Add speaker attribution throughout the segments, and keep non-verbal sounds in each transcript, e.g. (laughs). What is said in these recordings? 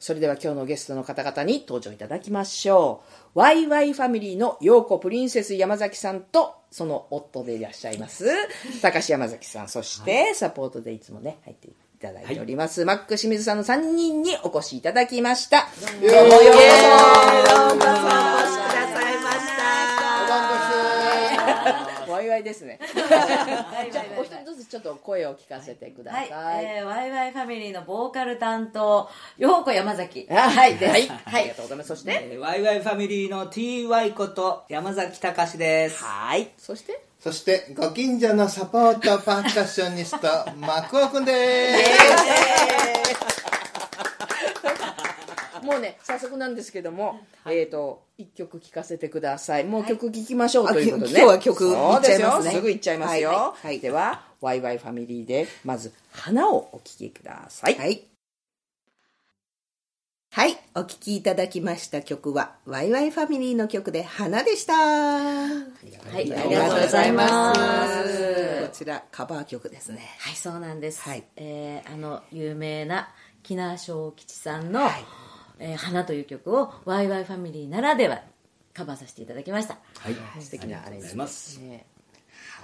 Speaker 1: それでは今日のゲストの方々に登場いただきましょう。ワイワイファミリーの陽子プリンセス山崎さんと、その夫でいらっしゃいます、高橋山崎さん、そしてサポートでいつもね、入っていただいております、マック清水さんの3人にお越しいただきました。どうもようこそ。どうもお越しくださいました。ワイワイですね。じゃあお一人ずつちょっと声を聞かせてくださ。
Speaker 2: はいい、えー、ワイワイファミリーのボーカル担当、陽子山崎。
Speaker 1: はい、です。はい、ありがとうございます。そして、
Speaker 3: えーワイワイファミリーの TY こと山崎隆です。
Speaker 1: はい、そして、
Speaker 4: そしてご近所のサポートパーカッショニストマクオくんで
Speaker 1: もうね、早速なんですけども、えっ、と、一曲聴かせてください。もう曲聴きましょうということで、ね
Speaker 5: あき今日は曲
Speaker 1: そうですよ
Speaker 5: いっちゃいますね
Speaker 1: すぐいっちゃいますよ。は、
Speaker 5: はいいはい
Speaker 1: では、ワイワイファミリーで、まず、花をお聴きください。
Speaker 5: はい。はい、お聞きいただきました曲は、ワイワイファミリーの曲で、花でした。
Speaker 2: はい、
Speaker 1: あ
Speaker 2: あ
Speaker 1: り
Speaker 2: り
Speaker 1: がと
Speaker 2: が
Speaker 1: う
Speaker 2: とう
Speaker 1: ご
Speaker 2: ご
Speaker 1: ざ
Speaker 2: ざ
Speaker 1: い
Speaker 2: い
Speaker 1: ま
Speaker 2: ますす。
Speaker 5: こちら、カバー曲ですね。
Speaker 2: はい、そうなんです。
Speaker 5: はい
Speaker 2: えーあの、有名な、木名正吉さんの、えー花という曲を、ワイワイファミリーならでは、カバーさせていただきました。
Speaker 3: はい、
Speaker 1: 素敵なアレンジ
Speaker 3: ありがとうございま
Speaker 1: です
Speaker 3: す
Speaker 1: ね。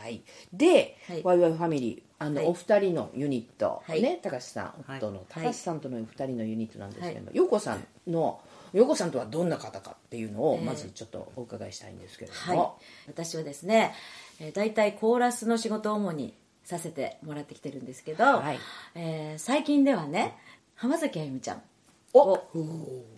Speaker 1: はい、で、
Speaker 2: はい
Speaker 1: ワイワイファミリーあの、
Speaker 2: はい
Speaker 1: お二人のユニット、
Speaker 2: はい
Speaker 1: ね高橋さん
Speaker 3: はい
Speaker 1: 夫の高
Speaker 2: はい
Speaker 1: 橋さんとのお二人のユニットなんですけど、
Speaker 2: は
Speaker 1: 陽子さんの陽子さんとはどんな方かっていうのを
Speaker 2: ええ
Speaker 1: まずちょっとお伺いしたいんですけれど
Speaker 2: はい
Speaker 1: も、、
Speaker 2: 私はですね、えー、大体コーラスの仕事を主にさせてもらってきてるんですけど、
Speaker 1: はい
Speaker 2: えー最近ではね浜崎あゆみちゃん
Speaker 1: お
Speaker 2: を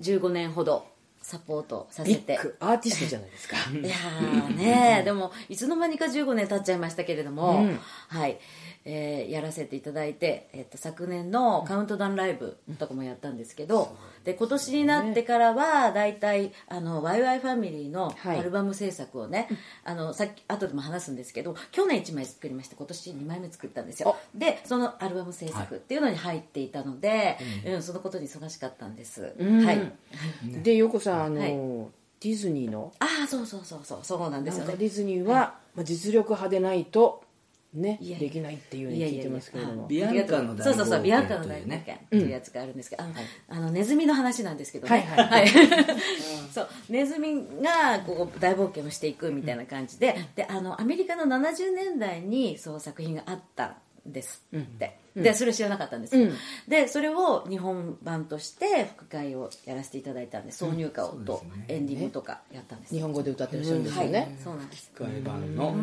Speaker 2: 15年ほどサポートさせ
Speaker 1: ビ
Speaker 2: て
Speaker 1: ッグアーティストじゃないですか
Speaker 2: いや
Speaker 1: (laughs)
Speaker 2: ーねでもいつの間にか15年経っちゃいましたけれども、
Speaker 1: うん
Speaker 2: はいえーやらせていただいて、えっと昨年のカウントダウンライブとかもやったんですけど、で今年になってからは大体あのワイワイファミリーの
Speaker 1: はい
Speaker 2: アルバム制作をね、あのさっき後でも話すんですけど去年1枚作りまして今年2枚目作ったんですよでそのアルバム制作っていうのに入っていたので、うん、そのことに忙しかったんです、
Speaker 1: うん
Speaker 2: はい
Speaker 1: で陽子さんあの、
Speaker 2: はい
Speaker 1: ディズニーの
Speaker 2: ああそうそうそうそうそうなんで
Speaker 1: な
Speaker 2: す
Speaker 1: ん
Speaker 2: よ
Speaker 1: か
Speaker 2: ね
Speaker 1: ディズニーは、まあ、実力派でないとね
Speaker 2: いやいや
Speaker 1: できないっていうふうに聞いてますけれども
Speaker 2: いやいやいやあ
Speaker 3: ビアンカの大冒険
Speaker 2: そうそうそうビアンカの
Speaker 3: と
Speaker 2: 大
Speaker 3: いう
Speaker 2: 冒
Speaker 3: ね
Speaker 2: 険っていうやつがあるんですけど、あのあのネズミの話なんですけど、
Speaker 1: は
Speaker 2: ね、
Speaker 1: いはい (laughs)
Speaker 2: そうネズミがこう大冒険をしていくみたいな感じでであのアメリカの70年代にそう作品があったんですって、でそれ知らなかったんですよ、
Speaker 1: うん
Speaker 2: でそれを日本版として副会をやらせていただいたんで挿入歌をとエンディングとかやったんです、
Speaker 1: 日本語で歌ったりするんですよ
Speaker 2: はい、
Speaker 1: ね、
Speaker 2: そうなんです
Speaker 3: クワイバンの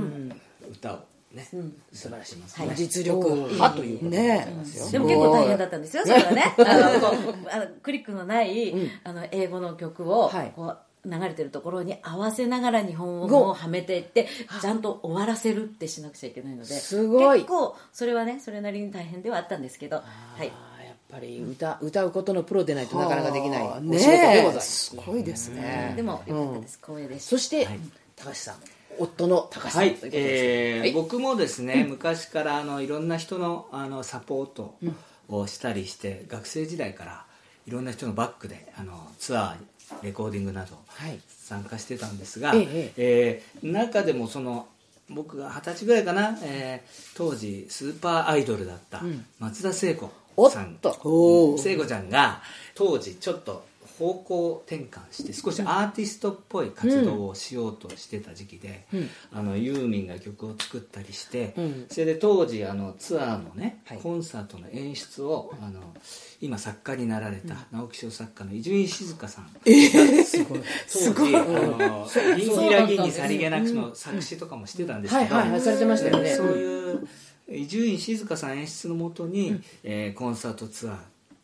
Speaker 3: 歌をね、素晴らしいますね。
Speaker 1: 実力派ということでございますよ、
Speaker 2: でも結構大変だったんですよ、それ
Speaker 1: (laughs)
Speaker 2: はね。あのこうあのクリックのない、あの英語の曲を
Speaker 1: はい
Speaker 2: こう流れてるところに合わせながら日本語をはめていって、ちゃんと終わらせるってしなくちゃいけないので、
Speaker 1: すごい
Speaker 2: 結構それはね、それなりに大変ではあったんですけど、はい。
Speaker 1: あーやっぱり歌歌うことのプロでないとなかなかできないお
Speaker 5: あー
Speaker 1: 仕事でござい
Speaker 5: ねえ
Speaker 1: ます。
Speaker 5: すごいですね。
Speaker 2: でも良かったです、光栄です。
Speaker 1: そして、高橋さん、夫の高橋さん
Speaker 3: はい
Speaker 1: ということです
Speaker 3: えー
Speaker 1: はい
Speaker 3: 僕もですね、昔からあのいろんな人のあのサポートをしたりして、学生時代からいろんな人のバックであのツアーレコーディングなど
Speaker 1: はい
Speaker 3: 参加してたんですが、
Speaker 1: え
Speaker 3: え
Speaker 1: え
Speaker 3: ー中でもその僕が二十歳ぐらいかな、えー当時スーパーアイドルだった松田聖子さん、
Speaker 1: おっ
Speaker 3: うん聖子ちゃんが当時ちょっと方向転換して少しアーティストっぽい活動をしようとしてた時期で、あのユーミンが曲を作ったりして、
Speaker 1: ん
Speaker 3: それで当時あのツアーのね、
Speaker 1: はい
Speaker 3: コンサートの演出をあの今作家になられた直木賞作家の伊集院静香さんがすごい当時あの「銀ギラ銀にさりげなく」の作詞とかもしてたんです
Speaker 1: は
Speaker 3: け
Speaker 1: い
Speaker 3: ど、
Speaker 1: はいはいされてましたよね。
Speaker 3: そういう伊集院静香さん演出のもとに、えーコンサートツアー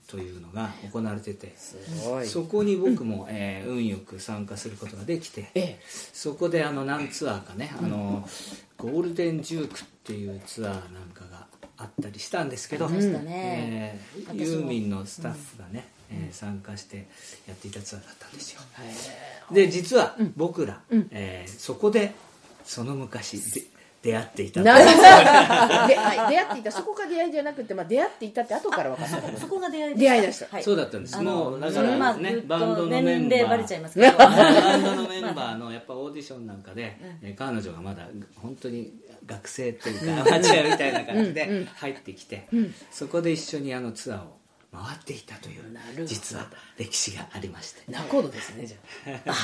Speaker 3: というのが行われてて、
Speaker 1: すごい
Speaker 3: そこに僕も、えー運よく参加することができて、
Speaker 1: ええ
Speaker 3: そこであの何ツアーかね、あのゴールデンジュークっていうツアーなんかがあったりしたんですけど、
Speaker 2: りましたね
Speaker 3: えー
Speaker 2: 私も
Speaker 3: ユーミンのスタッフがね、えー参加してやっていたツアーだったんですよ。で実は僕ら、えーそこでその昔で出会っていたと
Speaker 1: なるほどではい出会っていたそこが出会いじゃなくて、まあ、出会っていたって後から分かった
Speaker 2: そこが出会い
Speaker 1: 出会いでした
Speaker 2: は
Speaker 3: そうだったんです
Speaker 2: あの
Speaker 3: もうだから
Speaker 2: まあ
Speaker 3: ね
Speaker 2: ずっと
Speaker 3: バンドのメンバー
Speaker 2: 年齢バレちゃいます
Speaker 1: (laughs)
Speaker 2: けど。
Speaker 3: (laughs) バンドのメンバーのやっぱオーディションなんかで、えー彼女がまだ本当に学生というかアマチュアみたいな感じで入ってきて、そこで一緒にあのツアーを回っていたという
Speaker 1: なるほど
Speaker 3: 実は歴史がありまして
Speaker 1: ナコードですねじゃ
Speaker 3: ねえ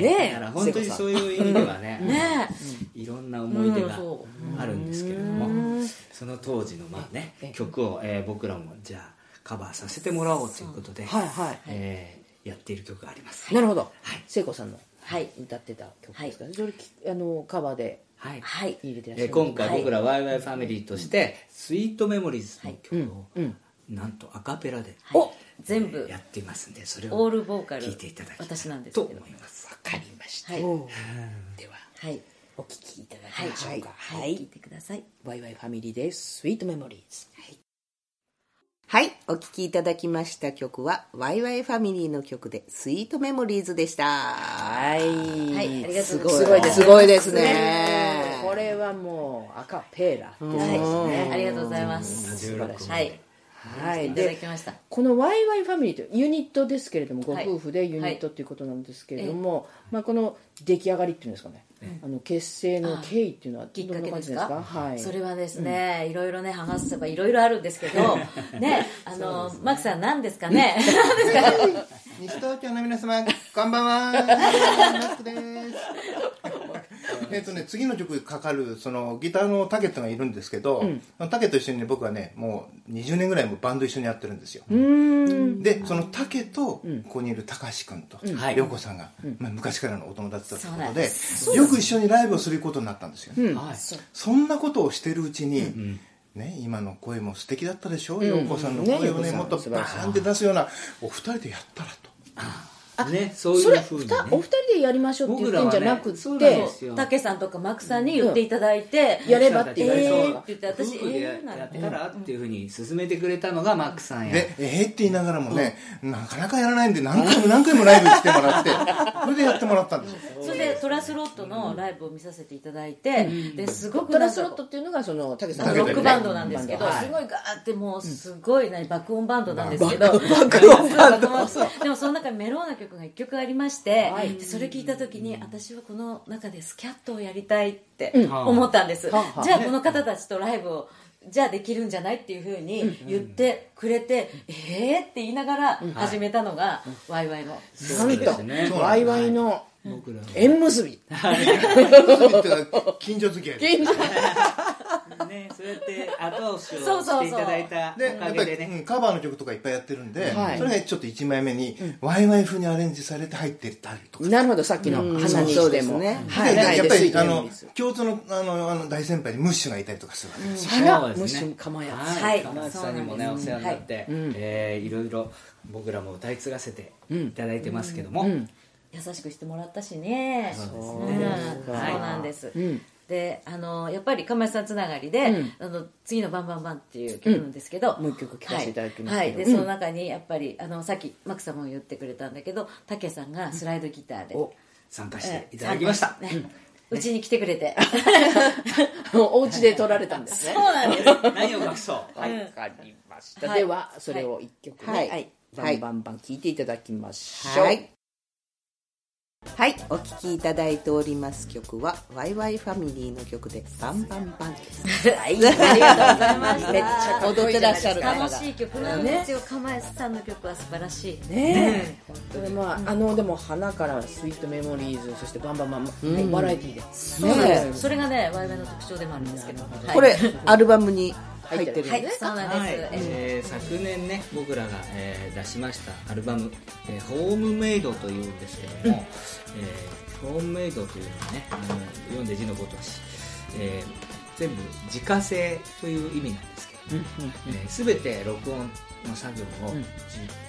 Speaker 1: ねえ
Speaker 3: だから本当にそういう意味ではね
Speaker 2: ね
Speaker 3: いろんな思い出が
Speaker 2: うんそ
Speaker 3: あるんですけれどもその当時のまあね曲を、えー僕らもじゃあカバーさせてもらおうということで、
Speaker 1: あはいは
Speaker 3: えーやっている曲があります。
Speaker 1: いなるほど聖子さんの
Speaker 2: はい
Speaker 1: 歌ってた曲ですかねそれきあのカバーで
Speaker 3: はい
Speaker 2: はい
Speaker 1: 入れてらっしゃ
Speaker 3: えー
Speaker 1: る
Speaker 3: 今回僕らワイワイファミリーとして「スイートメモリーズ」の曲を
Speaker 1: うん
Speaker 3: なんとアカペラで
Speaker 2: お全部
Speaker 3: やっていますんでそれ
Speaker 2: オー
Speaker 3: を
Speaker 2: ルボーカル
Speaker 3: 聴いていただきた
Speaker 2: 私なんで
Speaker 3: い
Speaker 2: す
Speaker 3: と
Speaker 2: けど
Speaker 3: 思いますわかりまし
Speaker 2: はい
Speaker 1: おうでは
Speaker 2: はい
Speaker 1: お聞きいただき
Speaker 2: はい
Speaker 1: ましょうか
Speaker 2: はい
Speaker 1: は
Speaker 2: 聞い
Speaker 1: い
Speaker 2: てください
Speaker 1: ワイワイファミリーでスイートメモリーズ
Speaker 5: はい、お聴きいただきました曲は、ワイワイファミリーの曲で、スイートメモリーズでした。
Speaker 1: はい
Speaker 2: はいありがとうご
Speaker 1: す
Speaker 2: ざ
Speaker 1: ごい
Speaker 2: いま
Speaker 1: です
Speaker 2: す
Speaker 5: すごいですね。
Speaker 1: これはもうアカペラっていうことです
Speaker 2: は
Speaker 1: ね
Speaker 2: いありがとうございます
Speaker 3: た16
Speaker 1: 素晴らし
Speaker 3: 個
Speaker 1: い
Speaker 2: はい
Speaker 1: はい
Speaker 2: いただ
Speaker 1: で
Speaker 2: きました
Speaker 1: このワイワイファミリーというユニットですけれどもご
Speaker 2: はい
Speaker 1: 夫婦でユニットっていうことなんですけれども、まあ、この出来上がりっていうんですかね、あの結成の経緯っていうのは
Speaker 2: きっ
Speaker 1: ど
Speaker 2: か
Speaker 1: んな
Speaker 2: け
Speaker 1: 感
Speaker 2: で
Speaker 1: じ
Speaker 2: す
Speaker 1: なん
Speaker 2: か
Speaker 1: ですかはい
Speaker 2: それはですね、いろいろね話せばいろいろあるんですけどねあのマキさん何ですかね
Speaker 4: 西東京の皆様、こんばんは。マスクです。えっとね、次の曲かかるそのギターのタケットがいるんですけど、タケット一緒にね僕はねもう20年ぐらいもバンド一緒にやってるんですよでそのタケとここにいるたかし君と
Speaker 3: はい
Speaker 4: 涼子さんが、まあ、昔からのお友達だったと
Speaker 2: そ
Speaker 4: いう
Speaker 2: うな
Speaker 4: こ
Speaker 2: ん
Speaker 4: と
Speaker 2: で
Speaker 4: でよく一緒にライブをすることになったんですよね、
Speaker 3: はい
Speaker 4: そんなことをしてるうちに、ね、今の声も素敵だったでしょう、陽子さんの声を
Speaker 1: ね
Speaker 4: ね、もっと
Speaker 1: 素晴
Speaker 4: バ
Speaker 1: らしい
Speaker 4: ーンって出すような、お二人でやったらと。
Speaker 3: ねそうい
Speaker 1: そうれふ
Speaker 3: ふうに、ね
Speaker 1: た、お二人でやりましょうって言ってんじゃなくて、
Speaker 3: 僕らはねそう
Speaker 2: (laughs)
Speaker 3: なんですよ
Speaker 2: たけさんとかマキさんに言っていただいて、
Speaker 1: やればって
Speaker 2: えー
Speaker 3: 夫
Speaker 2: って言って私
Speaker 3: 婦でや
Speaker 2: えーなん
Speaker 3: や
Speaker 2: だ
Speaker 3: ったらっていうふうに勧めてくれたのがマックさんや
Speaker 4: で、えーって言いながらもね、なかなかやらないんで、何回も何回もライブ来てもらって、 (laughs) それでやってもらったんですよ。
Speaker 2: それでトラスロットのライブを見させていただいて、ですごく
Speaker 1: トラ
Speaker 2: なんか
Speaker 1: スロットっていうのがその竹
Speaker 2: あ
Speaker 1: さ
Speaker 2: の
Speaker 1: ん
Speaker 2: ロ
Speaker 1: の
Speaker 2: ックバンドなんですけど、
Speaker 1: はい
Speaker 2: すごいガーってもうすごい何爆音バンドなんですけど、でもその中にメローな曲が1曲ありまして、
Speaker 1: はい
Speaker 2: でそれ聞いた時に私はこの中でスキャットをやりたいって
Speaker 1: うん
Speaker 2: 思ったんです、
Speaker 1: はあはあ
Speaker 2: じゃあこの方たちとライブをじゃあできるんじゃないっていうふうに言ってくれて、えーって言いながら始めたのが、ワイワイの
Speaker 3: そうですね
Speaker 1: なんとワイワイの
Speaker 3: 僕らは
Speaker 1: 縁結び
Speaker 4: 近所付き合いで。
Speaker 1: 現状
Speaker 3: ねそうやって後押しを
Speaker 2: そうそうそう
Speaker 3: していただいたお
Speaker 4: で、や
Speaker 3: か
Speaker 4: っぱ
Speaker 3: げ
Speaker 4: り、
Speaker 3: でね
Speaker 4: うんカバーの曲とかいっぱいやってるんで、
Speaker 1: はい
Speaker 4: それがちょっと1枚目に、ワイワイ風にアレンジされて入ってたりとか。
Speaker 1: なるほどさっきの花にしても、
Speaker 5: そうですね
Speaker 1: はい、
Speaker 4: で
Speaker 1: ない
Speaker 4: や
Speaker 1: で
Speaker 4: っぱ
Speaker 1: す
Speaker 4: り、あの、共通の、あの、あの大先輩にムッシュがいたりとかするわけですよ。
Speaker 1: あら
Speaker 3: そ
Speaker 1: も
Speaker 3: うですね
Speaker 1: し釜や
Speaker 3: は
Speaker 2: はい
Speaker 3: い、釜内さんにもね
Speaker 2: そうなん
Speaker 3: お
Speaker 2: です
Speaker 3: 世話になって、いえーいろいろ僕らも歌い継がせていただいてますけども、
Speaker 2: 優しくしてもらったしねそう
Speaker 3: です
Speaker 1: ね
Speaker 2: んそうなんです、であのやっぱり釜石さんつながりで、あの次の「バンバンバン」っていう曲なんですけど、
Speaker 1: んもう一曲聴かせていただきます
Speaker 2: は
Speaker 1: け
Speaker 2: い、
Speaker 1: ど
Speaker 2: はいでその中にやっぱりあのさっきマクさんも言ってくれたんだけどたけさんがスライドギターで、
Speaker 1: お
Speaker 3: 参加
Speaker 2: え
Speaker 3: していただきました、
Speaker 2: ねうちに来てくれて
Speaker 1: (laughs) お家で撮られたんですね
Speaker 2: そうなんですは
Speaker 3: 何を隠そう
Speaker 1: わかりました、
Speaker 2: はい
Speaker 1: ではそれを一曲ね、
Speaker 5: はい
Speaker 1: はいバンバンバン聴いていただきましょう、
Speaker 5: はい。はい、お聴きいただいております曲は、ワイワイファミリーの曲で、バンバンバンです。
Speaker 1: はい、ありがとうございま
Speaker 5: (laughs)
Speaker 1: した
Speaker 2: めっちゃ
Speaker 1: 踊ってらっしゃる方が
Speaker 2: 楽しい曲なんですよ釜石さんの曲は素晴らしい
Speaker 1: ねえ、それまあ、あのでも花からスイートメモリーズそしてバンバンバン、バラエティーで
Speaker 2: そうなんですそれがねワイワイの特徴でもあるんですけど、はい
Speaker 5: これ、アルバムに
Speaker 1: 入ってる
Speaker 2: はいそうなんです、
Speaker 3: はい
Speaker 2: えー
Speaker 3: えー昨年ね僕らが、えー出しましたアルバム「えーホームメイド」というんですけども、えーホームメイドというのはねあの読んで字のごとし、えー全部自家製という意味なんですけど、えー全て録音の作業を、
Speaker 1: うん
Speaker 3: じ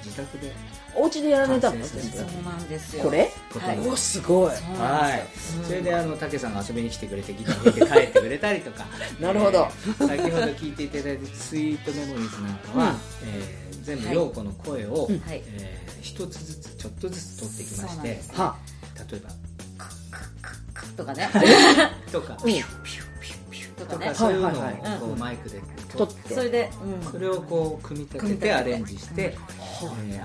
Speaker 3: 自宅で
Speaker 1: お家でやられたんで
Speaker 3: 完成さ
Speaker 1: す
Speaker 3: せ
Speaker 2: そうなんですよ
Speaker 1: これ
Speaker 3: ことに
Speaker 1: おすごい
Speaker 2: そうなん
Speaker 3: は
Speaker 2: で
Speaker 3: い
Speaker 2: すよ、うん
Speaker 3: それであの武さんが遊びに来てくれてギター弾いて帰ってくれたりとか
Speaker 1: なるほど
Speaker 3: えー先ほど聞いていただいた「スイートメモリーズ」なんかは、えー全部陽子の声を、
Speaker 2: はい
Speaker 3: えー一つずつちょっとずつ取ってきま
Speaker 2: そうな
Speaker 3: し
Speaker 2: ん
Speaker 3: て例
Speaker 2: です
Speaker 1: は
Speaker 3: えば
Speaker 2: とかね
Speaker 3: 「とか「
Speaker 1: うん
Speaker 2: とか
Speaker 3: と
Speaker 2: ね
Speaker 3: かそういうの
Speaker 1: は
Speaker 3: を
Speaker 1: いはい
Speaker 2: はい
Speaker 3: こうマイクで
Speaker 1: 取
Speaker 3: 取
Speaker 1: っ
Speaker 3: って
Speaker 2: それで、うん
Speaker 3: それをこう組み立
Speaker 2: 組み
Speaker 3: て
Speaker 2: 立て
Speaker 3: て
Speaker 2: て
Speaker 3: アレンジして、えー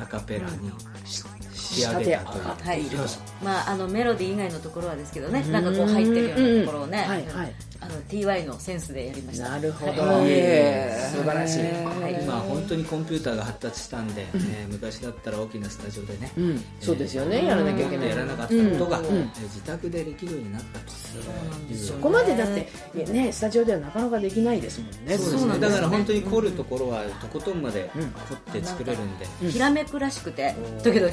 Speaker 3: アカペラにし仕上げたという
Speaker 1: 仕立て上がっ
Speaker 2: はい
Speaker 3: 要素
Speaker 2: まあ、あのメロディー以外のところはですけどねなんかこう入ってるようなところをね、
Speaker 1: うんうんうんはいはい
Speaker 2: ああの TY のセンスでやりました
Speaker 1: なるほど、
Speaker 2: はい
Speaker 1: ええ素晴らしい、
Speaker 2: い
Speaker 3: 今本当にコンピューターが発達したんで、えー昔だったら大きなスタジオでね、
Speaker 1: うん、そうですよね、やらなきゃいけない
Speaker 3: やらなかったことが、
Speaker 1: うん
Speaker 3: えー自宅でできるようになったと
Speaker 1: そこまでだって、ね、スタジオではなかなかできないですもんね
Speaker 3: そうですねだから本当に凝るところはとことんまで凝って作れるんで、
Speaker 2: ひらめくらしくて時々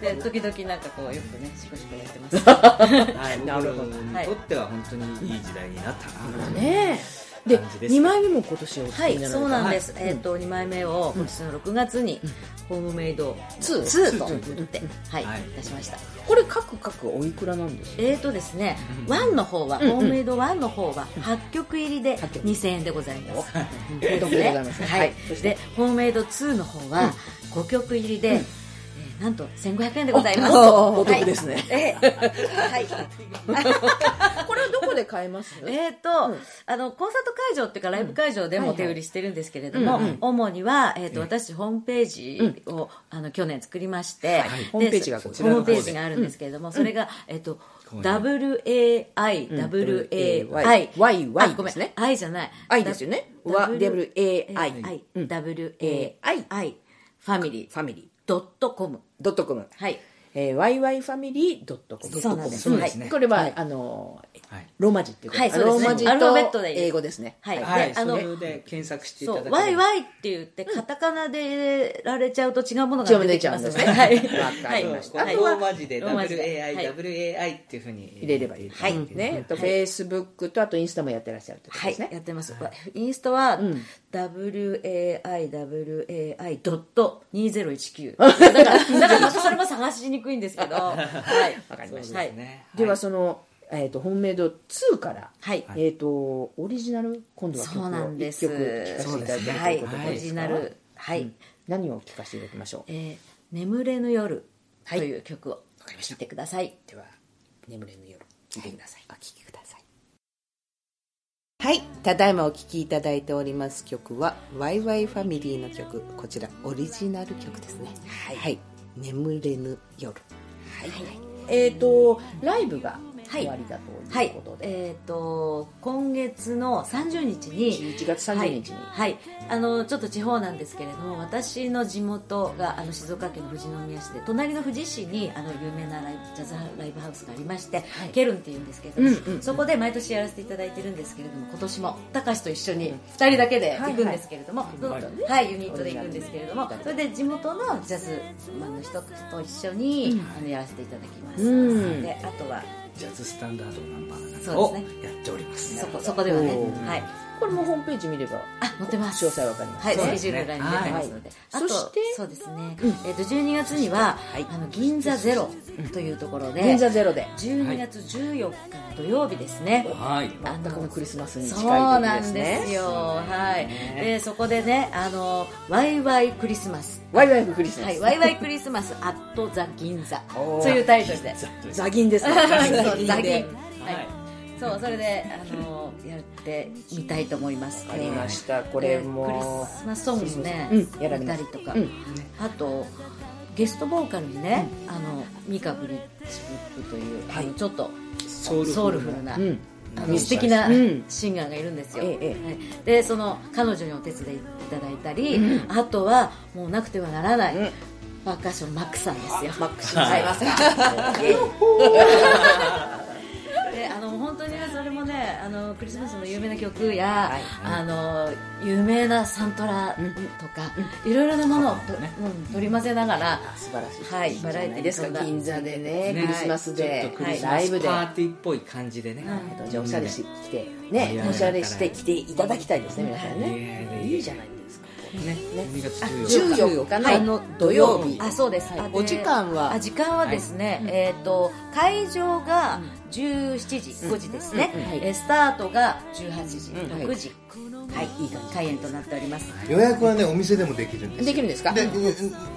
Speaker 2: で時々なんかこうよくねシコシコやっ
Speaker 1: (laughs)
Speaker 2: てます
Speaker 3: はい、
Speaker 1: なるほど
Speaker 3: 僕にとっては本当にいい時代になったな、
Speaker 1: ねえで
Speaker 3: 感じです
Speaker 1: 2枚目も今年お作
Speaker 2: は
Speaker 1: りに
Speaker 2: い、
Speaker 1: なられた
Speaker 2: そうなん
Speaker 1: はい
Speaker 2: です。えっ、と、二枚目を今年の6月に、ホームメイド
Speaker 1: ツー
Speaker 2: 2と言って、はい
Speaker 3: はい、
Speaker 2: 出しました。
Speaker 1: これ各各おいくらなんです
Speaker 2: えっ、とですね、1の方は、ホームメイド1の方は、8曲入りで2000円でございます。
Speaker 1: お得でございます
Speaker 2: は
Speaker 1: はいい。
Speaker 2: で、ホームメイド2の方は、5曲入りで、えーなんと1500円でございます。
Speaker 1: おお
Speaker 2: はい
Speaker 1: お得ですね。
Speaker 2: えー
Speaker 1: (laughs)
Speaker 2: はい。
Speaker 1: これはどこで (laughs) 買えます
Speaker 2: えーとあのコンサート会場っていうかライブ会場でも手売りしてるんですけれども、
Speaker 1: うんうん
Speaker 2: 主には、えー、と私ホームページを、あの去年作りまして、で
Speaker 1: ホームページがこち
Speaker 3: らの
Speaker 2: ホー
Speaker 3: 方
Speaker 2: ム
Speaker 3: で
Speaker 2: ページがあるんですけれども、それが、えー、と
Speaker 3: ん
Speaker 2: WAIWAI、
Speaker 1: WAY
Speaker 2: あごめ
Speaker 1: です
Speaker 2: ん
Speaker 1: ね
Speaker 2: I じゃない
Speaker 1: I ですよねわ WAI
Speaker 2: WAIWAI ファミリ
Speaker 1: ファミリー
Speaker 2: ー .com
Speaker 1: ドットコム
Speaker 2: はい
Speaker 1: えー YYFamily.com
Speaker 2: そうなんです
Speaker 1: ドットコム
Speaker 2: はいそうです
Speaker 3: ね
Speaker 1: これ
Speaker 2: は
Speaker 1: はいあの
Speaker 3: はい
Speaker 1: ローマ字っていうこと
Speaker 2: はいそうです
Speaker 1: ローマ字
Speaker 2: アルファベッ
Speaker 1: と
Speaker 2: トで
Speaker 1: 英語ですね
Speaker 2: はい、
Speaker 3: はい
Speaker 2: であの
Speaker 3: それで検索していた
Speaker 2: そ
Speaker 3: だ
Speaker 2: う、
Speaker 3: け
Speaker 2: ワイ
Speaker 3: れば
Speaker 2: ワイって言って、カタカナで入れられちゃうと違うものが出てきますので。
Speaker 1: 違うもの
Speaker 2: は
Speaker 1: 出
Speaker 2: い
Speaker 1: ちゃうんですねわかりました
Speaker 2: は
Speaker 3: はいい、ローマ字で
Speaker 2: ローマ字で
Speaker 3: WAI、
Speaker 2: はい
Speaker 3: WAI っていうふうに
Speaker 1: 入れればいい
Speaker 2: はい
Speaker 1: ねと Facebook とあとインスタもやってらっしゃるってこと
Speaker 2: は
Speaker 1: です
Speaker 2: い、や
Speaker 1: ね
Speaker 2: ってます。インスタは、waiwai.2019。だ
Speaker 1: (laughs)
Speaker 2: から、だからまたそれも探しにくいんですけど、はい。
Speaker 1: わかり
Speaker 3: そ
Speaker 1: ま
Speaker 3: うで
Speaker 1: し
Speaker 3: す
Speaker 1: た
Speaker 3: ね、はい
Speaker 1: ではそのえっとホームメイド2から
Speaker 2: はい。
Speaker 1: えっとオリジナル今度は曲
Speaker 2: そう
Speaker 1: を
Speaker 2: なんで
Speaker 1: 1
Speaker 2: す。
Speaker 1: 曲聴かせていただけると
Speaker 2: はいい、
Speaker 1: うことです
Speaker 2: オリジナル。はい。
Speaker 1: 何を聴かせていただきましょう
Speaker 2: えー眠れぬ夜という曲を
Speaker 1: かりました
Speaker 2: 聴いてください。
Speaker 1: では眠れぬ夜聴いてください
Speaker 5: お聴きくださいはいただいまお聴きいただいております曲はワイワイファミリーの曲こちらオリジナル曲ですねはい、眠れぬ夜
Speaker 1: えっとライブが
Speaker 2: はい
Speaker 1: 終わりだと
Speaker 2: はいいう
Speaker 1: こと、で
Speaker 2: えっ、と今月の30日に
Speaker 1: 11月30日に
Speaker 2: はい、はいあのちょっと地方なんですけれども私の地元があの静岡県の富士宮市で隣の富士市にあの有名なライブジャズライブハウスがありまして、ケルンっていうんですけれども、そこで毎年やらせていただいてるんですけれども今年も高橋と一緒に2人だけで行くんですけれども、そのはいユニットで行くんですけれどもそれで地元のジャズマンの人と一緒に、あのやらせていただきます、
Speaker 1: うん
Speaker 2: であとは
Speaker 3: ジャズスタンダードナンバーなど
Speaker 2: そう
Speaker 3: を
Speaker 2: で
Speaker 3: や
Speaker 2: すね
Speaker 3: っております
Speaker 2: そこそこではね
Speaker 1: お、
Speaker 2: はい、
Speaker 1: これもホームページ見れば
Speaker 2: あ載ってます
Speaker 1: 詳細わかります
Speaker 2: はい、
Speaker 1: そう
Speaker 2: ス
Speaker 1: で
Speaker 2: ケ
Speaker 1: す
Speaker 2: ジュール欄に出てますので、あ
Speaker 1: はい
Speaker 2: と
Speaker 1: そして
Speaker 2: そうですね、えっ、と12月には、あの銀座ゼロというところで、
Speaker 1: 銀座ゼロで
Speaker 2: 12月14日の土曜日ですね、
Speaker 3: はい
Speaker 2: あの
Speaker 1: 全くもうクリスマスに近
Speaker 2: そう
Speaker 1: い時で
Speaker 2: なん
Speaker 1: す
Speaker 2: です
Speaker 1: ね
Speaker 2: よ、はい、でそこでねあのワイワイクリスマス
Speaker 1: ワイワイクリスマ
Speaker 2: はい、
Speaker 1: ス
Speaker 2: ワイワイクリスマスアットザ銀座
Speaker 1: おー
Speaker 2: というタイトルで、
Speaker 1: ザギンですね
Speaker 2: (laughs) そうザ銀、
Speaker 3: はい
Speaker 2: はい、そうそれであのやってみたいと思います。
Speaker 1: わかりましたこれも
Speaker 2: でクリスマスソングもね、
Speaker 1: そうそううんやられま
Speaker 2: た
Speaker 1: す
Speaker 2: りとか、
Speaker 1: うん
Speaker 2: あとゲストボーカルにね、あのミカブリッジブックという、あのちょっと
Speaker 3: ソウルフルな
Speaker 2: ソウルフルな。
Speaker 1: うん
Speaker 2: あの素敵な
Speaker 1: うん
Speaker 2: シンガーがいるんですよ、
Speaker 1: ええ
Speaker 2: はい、でその彼女にお手伝いいただいたり、あとはもうなくてはならない、パーカッションマックさんですよマックさんいます (laughs) であの本当にねそれもねあのクリスマスの有名な曲や、あの有名なサントラとか、いろいろなものをと、うん、取り混ぜながら、
Speaker 1: 素晴らしい
Speaker 2: はい
Speaker 1: バラエティですか
Speaker 2: バラエティ
Speaker 1: 銀座でね
Speaker 3: ね
Speaker 1: クリスマス
Speaker 3: ちょ
Speaker 1: で
Speaker 3: っとク
Speaker 1: は
Speaker 3: リ
Speaker 1: い
Speaker 3: スマ
Speaker 1: ライブ
Speaker 3: ス
Speaker 1: で
Speaker 3: パーティーっぽい感じでね、
Speaker 1: えっとじゃあおしゃれしてきて
Speaker 3: い
Speaker 1: ね
Speaker 3: や
Speaker 1: おしゃれしてきていただきたいですね皆さん
Speaker 3: いや
Speaker 1: ね
Speaker 3: いや
Speaker 1: いいじゃないですか
Speaker 3: ね12月14日
Speaker 1: 14日
Speaker 5: はい
Speaker 1: の土曜日
Speaker 2: あそうです、あで
Speaker 5: お時間は
Speaker 2: あ時間はですね、えっ、と会場が17時5時ですね、
Speaker 1: うんうんはい
Speaker 2: えースタートが18時、
Speaker 1: うんはい
Speaker 2: 6時、はい、いい感じ開演となっております。
Speaker 4: 予約はねお店でもできるんですよ
Speaker 1: できるんですか
Speaker 4: で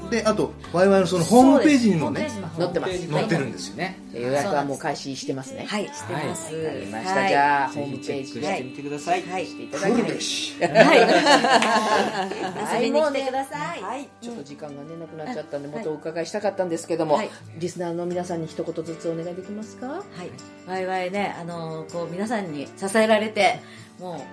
Speaker 4: であと我々のそのホームページにもね
Speaker 2: そ
Speaker 1: 載
Speaker 2: うです
Speaker 1: ってます
Speaker 4: 載ってるんですよ
Speaker 3: ね。
Speaker 1: 予約はもう開始してますね
Speaker 2: はい、してます。
Speaker 1: わかりました、
Speaker 2: はい
Speaker 1: じゃあホ
Speaker 3: ぜ
Speaker 1: ーム
Speaker 3: ひチ
Speaker 1: ペ
Speaker 3: ェ
Speaker 1: ー
Speaker 3: ッ
Speaker 1: ジ
Speaker 3: ク
Speaker 1: で
Speaker 3: してみてください。
Speaker 2: はい
Speaker 1: していただ
Speaker 4: 来
Speaker 1: け
Speaker 4: る
Speaker 1: れば
Speaker 4: べし
Speaker 2: はい、遊びに来てください。
Speaker 1: はい、ちょっと時間がねなくなっちゃったんで、もっとお伺いしたかったんですけども、
Speaker 2: はい
Speaker 1: リスナーの皆さんに一言ずつお願いできますか。
Speaker 2: はい、わいわいね、あのこう皆さんに支えられて、も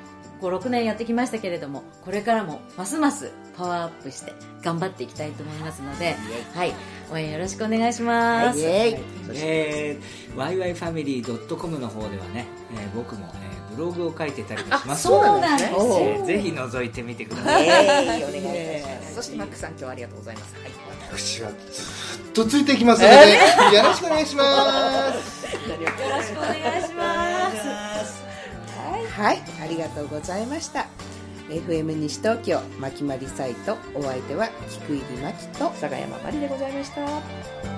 Speaker 2: う5、6年やってきましたけれども、これからもますますパワーアップして頑張っていきたいと思いますので、はい、応援よろしくお願いします。
Speaker 1: イエイ
Speaker 3: えー、yyfamily.com の方ではね、えー僕も、えーブログを書いてたりもします
Speaker 1: そうなん
Speaker 2: なん
Speaker 1: で
Speaker 2: ですす
Speaker 1: ね
Speaker 2: ね
Speaker 1: お
Speaker 3: えーぜひ覗いてみてください。
Speaker 1: えいお願いいたします。そしてマックさん今日はありがとうございます。はい。
Speaker 4: 私はずっとついていきますのでよろしくお願いします
Speaker 2: よろしくお願いします。
Speaker 5: はい、ありがとうございました。FM 西東京まきまりサイトお相手は菊入りまきと
Speaker 1: 佐賀山まりでございました。